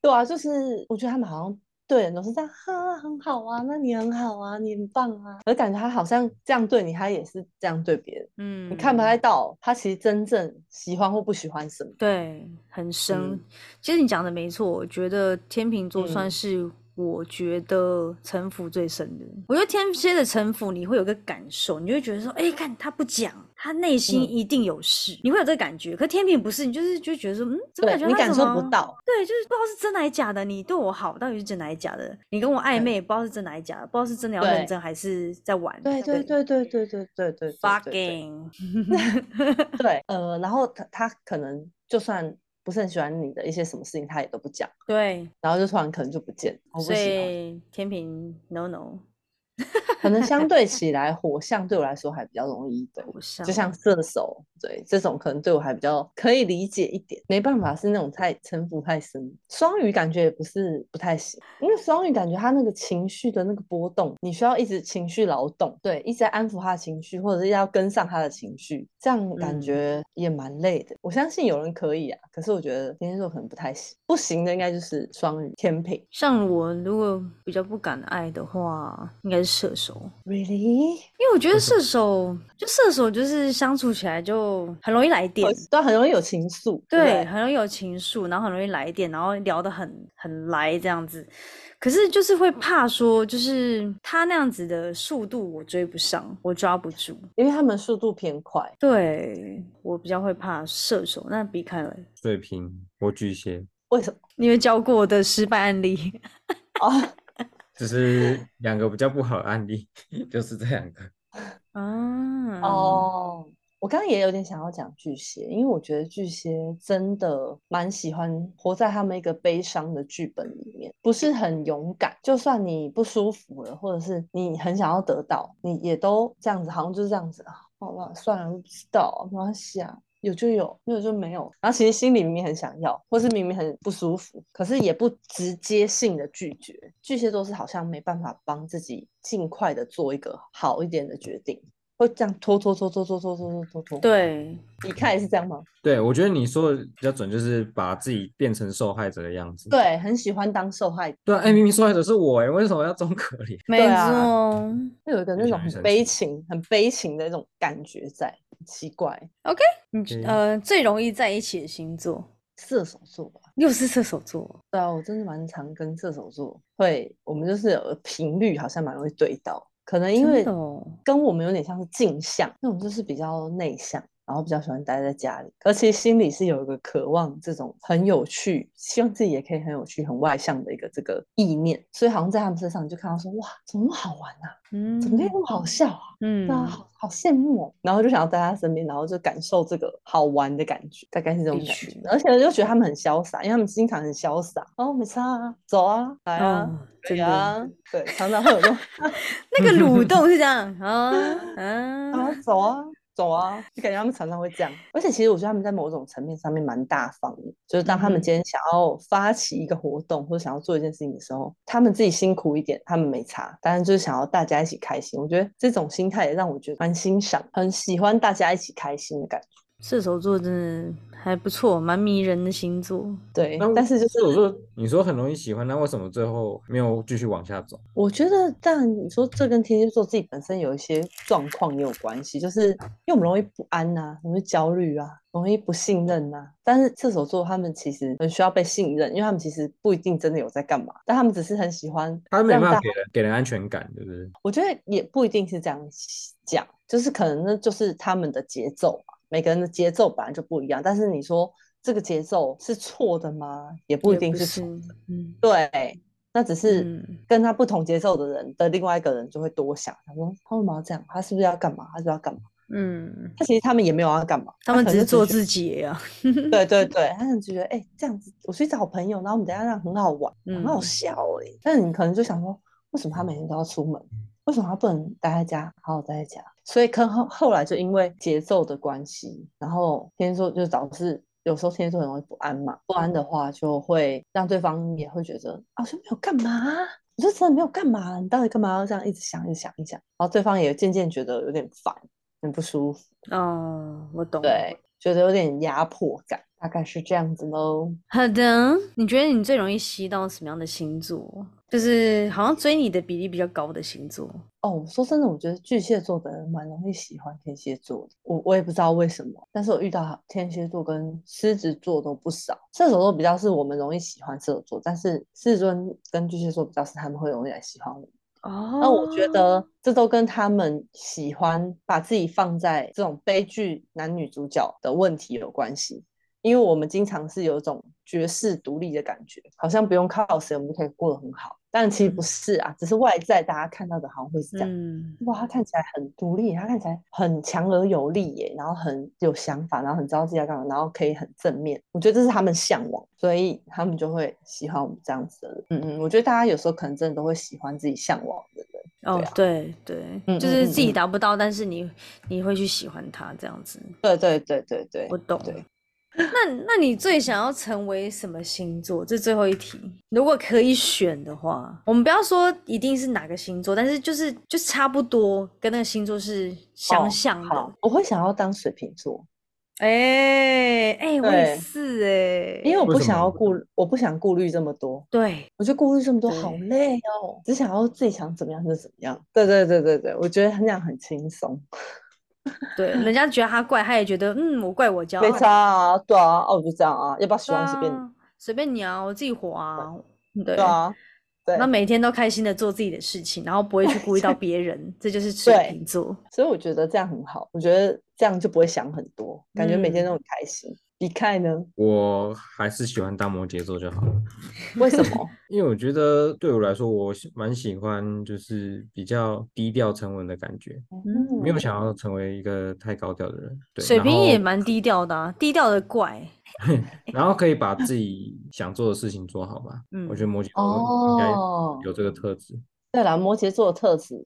Speaker 3: 对啊，就是我觉得他们好像对人都是这样，哈，很好啊，那你很好啊，你很棒啊，而感觉他好像这样对你，他也是这样对别人，
Speaker 1: 嗯，
Speaker 3: 你看不太到他其实真正喜欢或不喜欢什么，
Speaker 1: 对，很深
Speaker 3: 嗯。
Speaker 1: 其实你讲的没错，我觉得天秤座算
Speaker 3: 嗯
Speaker 1: 是我觉得城府最深的。我觉得天蝎的城府，你会有个感受，你就会觉得说，哎，看他不讲，他内心
Speaker 3: 嗯
Speaker 1: 一定有事，你会有这个感觉。可天秤不是，你就是就觉得说，嗯，怎么
Speaker 3: 对
Speaker 1: 感觉
Speaker 3: 你
Speaker 1: 他
Speaker 3: 感
Speaker 1: 怎
Speaker 3: 受不
Speaker 1: 么
Speaker 3: 到，
Speaker 1: 对，就是不知道是真的还是假的。你对我好，到底是真的还是假的？你跟我暧
Speaker 3: 对
Speaker 1: 昧，不知道是真的还是假的，不知道是真的要认
Speaker 3: 对
Speaker 1: 真还是在玩。
Speaker 3: 对对对对对对对对对对对。
Speaker 1: ，fucking，
Speaker 3: 对，呃，然后他他可能就算不是很喜欢你的一些什么事情，他也都不讲，
Speaker 1: 对，
Speaker 3: 然后就突然可能就不见了，我不
Speaker 1: 所
Speaker 3: 喜欢。
Speaker 1: 以天秤 no no，
Speaker 3: 可能相对起来，火象对我来说还比较容易一点，
Speaker 1: 我上
Speaker 3: 就像射手，对这种可能对我还比较可以理解一点。没办法，是那种太城府太深。双鱼感觉也不是不太行，因为双鱼感觉他那个情绪的那个波动，你需要一直情绪劳动，对，一直在安抚他的情绪，或者是要跟上他的情绪，这样感
Speaker 1: 嗯
Speaker 3: 觉也蛮累的。我相信有人可以啊，可是我觉得天蝎座可能不太行，不行的应该就是双鱼、天平。
Speaker 1: 像我如果比较不敢爱的话，应该是射手，
Speaker 3: Really？
Speaker 1: 因为我觉得射手就射手就是相处起来就很容易来电
Speaker 3: 我，都很容易有情愫，对不
Speaker 1: 对，
Speaker 3: 对，
Speaker 1: 很容易有情愫，然后很容易来电，然后聊得很很来这样子。可是就是会怕说，就是他那样子的速度我追不上，我抓不住。
Speaker 3: 因为他们速度偏快。
Speaker 1: 对我比较会怕射手，那比凯嘞，
Speaker 2: 水瓶，我巨蟹，
Speaker 3: 为什么？
Speaker 1: 你有教过我的失败案例？
Speaker 3: 哦，
Speaker 2: 只是两个比较不好的案例， 就是这两个。
Speaker 1: 啊，，
Speaker 3: 哦，我刚刚也有点想要讲巨蟹，因为我觉得巨蟹真的蛮喜欢活在他们一个悲伤的剧本里面，不是很勇敢。就算你不舒服了，或者是你很想要得到，你也都这样子，好像就是这样子啊。好吧，算了，我不知道，没关系啊。有就有，没有就没有。然后其实心里明明很想要，或是明明很不舒服，可是也不直接性的拒绝。巨蟹座是好像没办法帮自己尽快的做一个好一点的决定，会这样拖拖拖拖拖拖拖拖拖拖。，
Speaker 1: 对，
Speaker 3: 你看也是这样吗？
Speaker 2: 对，我觉得你说的比较准，就是把自己变成受害者的样子。
Speaker 3: 对，很喜欢当受害者，
Speaker 2: 对啊，哎，明明受害者是我哎，为什么要装可怜？
Speaker 1: 没
Speaker 3: 啊
Speaker 1: 错。
Speaker 3: 会有一个那
Speaker 2: 越想
Speaker 3: 种
Speaker 2: 越
Speaker 3: 很
Speaker 2: 生
Speaker 3: 悲
Speaker 2: 气
Speaker 3: 情、很悲情的那种感觉在，很奇怪。
Speaker 1: 你觉
Speaker 2: 对
Speaker 1: 呃最容易在一起的星座
Speaker 3: 射手座吧，
Speaker 1: 又是射手座，
Speaker 3: 对啊，我真的蛮常跟射手座会，我们就是有频率好像蛮容易对到，可能因
Speaker 1: 真
Speaker 3: 为
Speaker 1: 的哦
Speaker 3: 跟我们有点像是镜像，那种就是比较内向，然后比较喜欢待在家里，而且心里是有一个渴望这种很有趣，希望自己也可以很有趣、很外向的一个这个意念，所以好像在他们身上你就看到说，哇，怎么那么好玩啊，
Speaker 1: 嗯，
Speaker 3: 怎么可以那么好笑啊？
Speaker 1: 嗯
Speaker 3: 对啊，好好羡慕哦，然后就想要在他身边，然后就感受这个好玩的感觉，大概是这种
Speaker 1: 的
Speaker 3: 感
Speaker 1: 确
Speaker 3: 觉。而且就觉得他们很潇洒，因为他们经常很潇洒。哦，没差啊，走啊，来啊，
Speaker 1: 哦，
Speaker 3: 可
Speaker 1: 真
Speaker 3: 以
Speaker 1: 的、
Speaker 3: 啊，对，常常会有这种
Speaker 1: 那个蠕动是这样啊啊
Speaker 3: 啊，走啊，走啊，就感觉他们常常会这样。而且其实我觉得他们在某种层面上面蛮大方的，就是当他
Speaker 1: 嗯
Speaker 3: 们
Speaker 1: 哼
Speaker 3: 今天想要发起一个活动或者想要做一件事情的时候，他们自己辛苦一点，他们没差，但是就是想要大家一起开心。我觉得这种心态也让我觉得蛮欣赏，很喜欢大家一起开心的感觉。
Speaker 1: 射手座真的还不错，蛮迷人的星座。
Speaker 3: 对
Speaker 2: 那，
Speaker 3: 哎但是就是
Speaker 2: 射手座，你说很容易喜欢，那为什么最后没有继续往下走？
Speaker 3: 我觉得，但你说这跟天蝎座自己本身有一些状况也有关系，就是因为我们容易不安呐、容易焦虑啊，容易不信任呐、但是射手座他们其实很需要被信任，因为他们其实不一定真的有在干嘛，但他们只是很喜欢
Speaker 2: 他没
Speaker 3: 让
Speaker 2: 办
Speaker 3: 大
Speaker 2: 法给人给人安全感，对不对？
Speaker 3: 我觉得也不一定是这样讲，就是可能那就是他们的节奏吧，每个人的节奏本来就不一样。但是你说这个节奏是错的吗？也不一
Speaker 1: 也
Speaker 3: 定
Speaker 1: 不
Speaker 3: 是
Speaker 1: 是
Speaker 3: 错。，
Speaker 1: 嗯
Speaker 3: 对，那只是
Speaker 1: 嗯，
Speaker 3: 跟他不同节奏的人的另外一个人就会多想，他说他为什么要这样？他是不是要干嘛？他是不是要干嘛？
Speaker 1: 嗯，
Speaker 3: 他其实他们也没有要干嘛，
Speaker 1: 他们
Speaker 3: 可
Speaker 1: 只是
Speaker 3: 能就
Speaker 1: 做
Speaker 3: 觉
Speaker 1: 自己呀、啊。
Speaker 3: 得对对对，他们就觉得哎、这样子我去找朋友，然后我们等一下让很好玩，很好
Speaker 1: 嗯
Speaker 3: 笑哎、但是你可能就想说，为什么他每天都要出门？为什么他不能待在家，好好待在家？所以可能后后来就因为节奏的关系，然后天蝎座就导致有时候天蝎座很容易不安嘛，不安的话就会让对方也会觉得啊，我就没有干嘛，我就真的没有干嘛，你到底干嘛要这样一直想、一直想、一直想？然后对方也渐渐觉得有点烦，很不舒服，
Speaker 1: 哦，我懂。，
Speaker 3: 对，觉得有点压迫感，大概是这样子喽。
Speaker 1: 好的。你觉得你最容易吸到什么样的星座？就是好像追你的比例比较高的星座。
Speaker 3: 哦，说真的，我觉得巨蟹座的人蛮容易喜欢天蝎座的。我我也不知道为什么，但是我遇到天蝎座跟狮子座都不少。射手座比较是我们容易喜欢射手座，但是狮子座跟巨蟹座比较是他们会容易来喜欢我们。
Speaker 1: 哦，
Speaker 3: 那我觉得这都跟他们喜欢把自己放在这种悲剧男女主角的问题有关系，因为我们经常是有一种绝世独立的感觉，好像不用靠谁，我们就可以过得很好。但其实不
Speaker 1: 嗯
Speaker 3: 是啊，只是外在大家看到的好像会是这样。
Speaker 1: 嗯，
Speaker 3: 哇，他看起来很独立，他看起来很强而有力耶，然后很有想法，然后很知道自己要干嘛，然后可以很正面。我觉得这是他们向往，所以他们就会喜欢我们这样子的人。嗯嗯，我觉得大家有时候可能真的都会喜欢自己向往的人。
Speaker 1: 哦
Speaker 3: 对啊，
Speaker 1: 对对，
Speaker 3: 嗯
Speaker 1: 就
Speaker 3: 嗯
Speaker 1: 是
Speaker 3: 嗯
Speaker 1: 自己
Speaker 3: 嗯
Speaker 1: 达不到，但是你你会去喜欢他这样子。
Speaker 3: 对对对对对
Speaker 1: 我懂。
Speaker 3: 对，
Speaker 1: 那那你最想要成为什么星座？这最后一题，如果可以选的话，我们不要说一定是哪个星座，但是就是就差不多跟那个星座是相
Speaker 3: 哦
Speaker 1: 像的。
Speaker 3: 好，我会想要当水瓶座，
Speaker 1: 哎、哎、我也
Speaker 3: 对
Speaker 1: 是哎、
Speaker 3: 因为我
Speaker 2: 为
Speaker 3: 不
Speaker 2: 什
Speaker 3: 想
Speaker 2: 么
Speaker 3: 要顾，我不想顾虑这么多，
Speaker 1: 对
Speaker 3: 我觉得顾虑这么多好
Speaker 1: 对
Speaker 3: 累哦，只想要自己想怎么样就怎么样。对对对对对，我觉得很想很轻松。
Speaker 1: 对，人家觉得他怪，他也觉得嗯，我怪我骄傲。
Speaker 3: 没差啊，对啊，哦，我就这样啊，要不要喜
Speaker 1: 对
Speaker 3: 欢随便你。
Speaker 1: 啊，随便你啊，我自己活啊。对
Speaker 3: 对啊，对
Speaker 1: 那，每天都开心的做自己的事情，然后不会去顾虑到别人，这就是水
Speaker 3: 对
Speaker 1: 瓶座。
Speaker 3: 所以我觉得这样很好，我觉得这样就不会想很多，感觉每天都很开心。你看呢？
Speaker 2: 我还是喜欢当摩羯座就好了。
Speaker 3: 为什么？
Speaker 2: 因为我觉得对我来说，我喜蛮喜欢就是比较低调沉稳的感觉，没有
Speaker 3: 嗯
Speaker 2: 想要成为一个太高调的人。对，
Speaker 1: 水
Speaker 2: 然
Speaker 1: 瓶也
Speaker 2: 后
Speaker 1: 蛮低调的啊，低调的怪。
Speaker 2: 然后可以把自己想做的事情做好吧。
Speaker 1: 嗯
Speaker 2: 我觉得摩羯座应该
Speaker 3: 哦，
Speaker 2: 有这个特质。
Speaker 3: 对啦，摩羯座的特质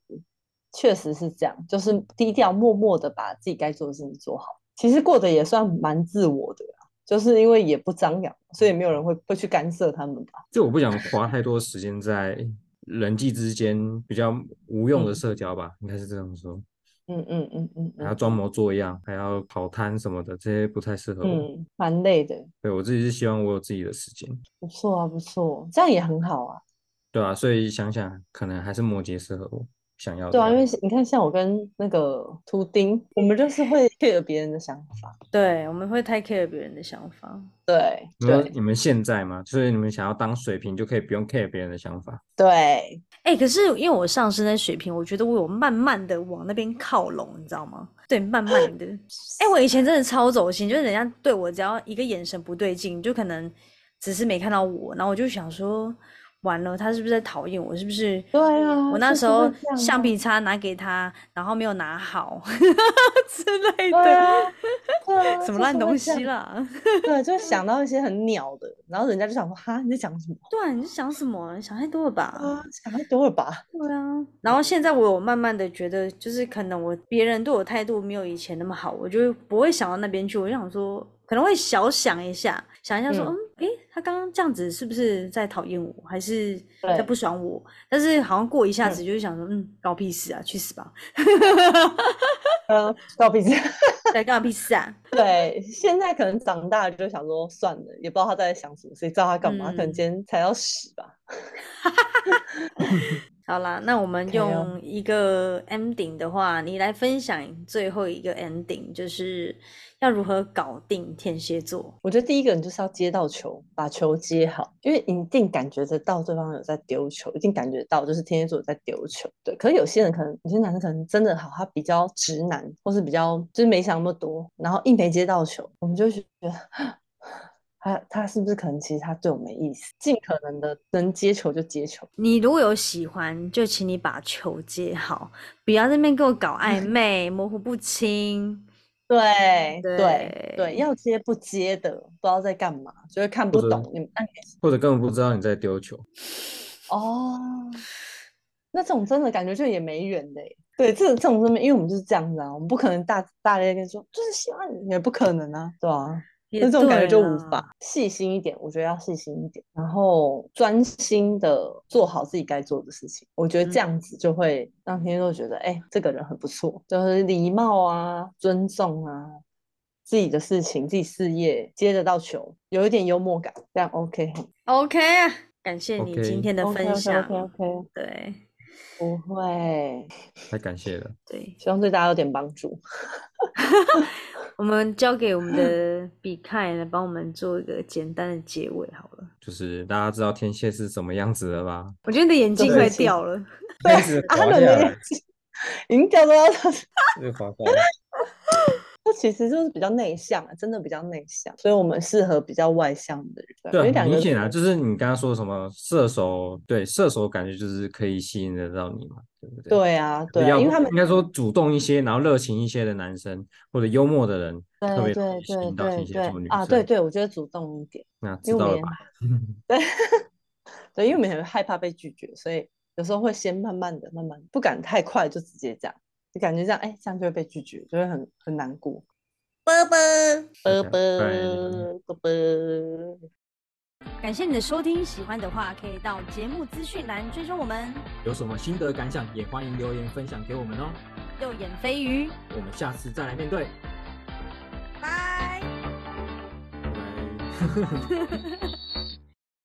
Speaker 3: 确实是这样，就是低调默默的把自己该做的事情做好，其实过得也算蛮自我的啦，就是因为也不张扬，所以没有人会会去干涉他们吧。
Speaker 2: 就我不想花太多时间在人际之间比较无用的
Speaker 3: 嗯
Speaker 2: 社交吧，应该是这样说。
Speaker 3: 嗯嗯嗯嗯
Speaker 2: 还要
Speaker 3: 嗯
Speaker 2: 装模作样，还要跑摊什么的，这些不太适合我。
Speaker 3: 嗯，蛮累的，
Speaker 2: 对我自己是希望我有自己的时间，
Speaker 3: 不错啊，不错，这样也很好啊。
Speaker 2: 对啊，所以想想可能还是摩羯适合我想要的
Speaker 3: 对啊，
Speaker 2: 样
Speaker 3: 因为
Speaker 2: 子
Speaker 3: 是你看，像我跟那个图钉，我们就是 会 care 别人的想法。
Speaker 1: 对，我们会太 care 别人的想法。
Speaker 3: 对
Speaker 2: 你说
Speaker 3: 对
Speaker 2: 你们现在嘛，所以你们想要当水瓶就可以不用 care 别人的想法。
Speaker 3: 对，
Speaker 1: 哎、可是因为我上升在水平，我觉得我有慢慢的往那边靠拢，你知道吗？对，慢慢的。哎、我以前真的超走心，就是人家对我只要一个眼神不对劲，就可能只是没看到我，然后我就想说，完了，他是不是在讨厌我？是不是？
Speaker 3: 对啊
Speaker 1: 我那
Speaker 3: 就是
Speaker 1: 时候
Speaker 3: 会这样
Speaker 1: 橡
Speaker 3: 啊
Speaker 1: 皮擦拿给他，然后没有拿 好之类
Speaker 3: 对
Speaker 1: 的，
Speaker 3: 啊，对啊，
Speaker 1: 什
Speaker 3: 就
Speaker 1: 么烂
Speaker 3: 是会
Speaker 1: 东
Speaker 3: 这
Speaker 1: 西
Speaker 3: 样？
Speaker 1: 啦。
Speaker 3: 对，就会想到一些很鸟的，然后人家就想说，哈，你在讲什么
Speaker 1: 对啊，你在想什么？你想太多了吧？
Speaker 3: 啊？想太多了吧？
Speaker 1: 对啊，然后现在我有慢慢的觉得，就是可能我别人对我态度没有以前那么好，我就不会想到那边去。我就想说，可能会小想一下，想一下说，嗯
Speaker 3: 嗯，
Speaker 1: 诶，他刚刚这样子是不是在讨厌我，还是在
Speaker 3: 对
Speaker 1: 不爽我？但是好像过一下
Speaker 3: 嗯
Speaker 1: 子就是想说，嗯，搞屁事啊，去死吧！
Speaker 3: 呃嗯，到鼻子，
Speaker 1: 对，干我屁事 啊？
Speaker 3: 对，现在可能长大就想说算了，也不知道他在想什么，谁知道他干嘛？可能
Speaker 1: 嗯
Speaker 3: 今天踩到屎吧。
Speaker 1: 好啦，那我们
Speaker 3: OK 哦
Speaker 1: 用一个 ending 的话，你来分享最后一个 ending，就是要如何搞定天蝎座。
Speaker 3: 我觉得第一个人就是要接到球，把球接好，因为一定感觉得到对方有在丢球，一定感觉到就是天蝎座有在丢球。对，可是有些人可能有些男生可能真的好，他比较直男，或是比较就是没想那么多，然后一没接到球，我们就会觉得 他他是不是可能其实他对我没意思，尽可能的能接球就接球。
Speaker 1: 你如果有喜欢，就请你把球接好，不要在那边跟我搞 暧昧，模糊不清。
Speaker 3: 对对
Speaker 1: 对
Speaker 3: 对，要接不接的，不知道在干嘛，就是看不
Speaker 2: 者
Speaker 3: 懂你们。那你
Speaker 2: 或者根本不知道你在丢球。
Speaker 3: 哦，那这种真的感觉就也没缘的耶。对，这这种真的，因为我们就是这样子啊，我们不可能大大咧咧地说就是喜欢你，也不可能啊，对啊，
Speaker 1: 也
Speaker 3: 那这种感觉
Speaker 1: 对
Speaker 3: 就
Speaker 1: 啦。
Speaker 3: 无法细心一点，我觉得要细心一点，然后专心的做好自己该做的事情。我觉得
Speaker 1: 嗯
Speaker 3: 这样子就会让天蝎座觉得，哎、这个人很不错，就是礼貌啊、尊重啊，自己的事情、自己事业接得到球，有一点幽默感，这样 OK 很
Speaker 1: OK 啊，感谢你今
Speaker 2: OK
Speaker 1: 天的
Speaker 3: OK
Speaker 1: 分享。
Speaker 3: OK OK OK，
Speaker 1: 对
Speaker 3: 不会。
Speaker 2: 太感谢了，
Speaker 1: 对，
Speaker 3: 希望对大家有点帮助。
Speaker 1: 我们交给我们 的比凯来帮我们做一个简单的结尾好了。
Speaker 2: 就是大家知道天蝎是什么样子了吧？
Speaker 1: 我觉得你的眼镜快
Speaker 3: 对其实
Speaker 1: 掉 了。
Speaker 3: 对
Speaker 2: 一直滑
Speaker 3: 阿
Speaker 2: 下
Speaker 3: 伦的
Speaker 2: 来
Speaker 3: 眼，睛已经掉到 他，
Speaker 2: 一直滑下来。
Speaker 3: 他其实就是比较内向啊，真的比较内向，所以我们适合比较外向的人。因为
Speaker 2: 对啊，很
Speaker 3: 两个
Speaker 2: 明
Speaker 3: 人
Speaker 2: 显啊，就是你刚刚说什么射手，对射手感觉就是可以吸引得到你嘛，对不对？
Speaker 3: 对啊，对啊，
Speaker 2: 要
Speaker 3: 因为他们
Speaker 2: 应该说主动一些，然后热情一些的男生或者幽默的人，特别
Speaker 3: 对
Speaker 2: 容
Speaker 3: 对
Speaker 2: 易吸引
Speaker 3: 对
Speaker 2: 到天
Speaker 3: 对
Speaker 2: 蝎
Speaker 3: 对
Speaker 2: 座女生。
Speaker 3: 啊，对，对，我觉得主动一点，
Speaker 2: 那
Speaker 3: 因
Speaker 2: 知
Speaker 3: 为
Speaker 2: 道
Speaker 3: 我
Speaker 2: 了
Speaker 3: 们
Speaker 2: 吧？
Speaker 3: 对对，因为我们很害怕被拒绝，所以有时候会先慢慢的、慢慢地不敢太快就直接这样，就感觉这样，哎，这样就会被拒绝，就会很很难过。
Speaker 1: 啵啵。
Speaker 3: 啵
Speaker 2: 拜
Speaker 3: 啵啵啵。
Speaker 1: 感谢你的收听，喜欢的话可以到节目资讯栏追踪我们
Speaker 2: 有什么心得感想，也欢迎留言分享给我们哦。
Speaker 1: 右眼飞鱼，
Speaker 2: 我们下次再来面对。
Speaker 1: 拜。
Speaker 2: 拜拜。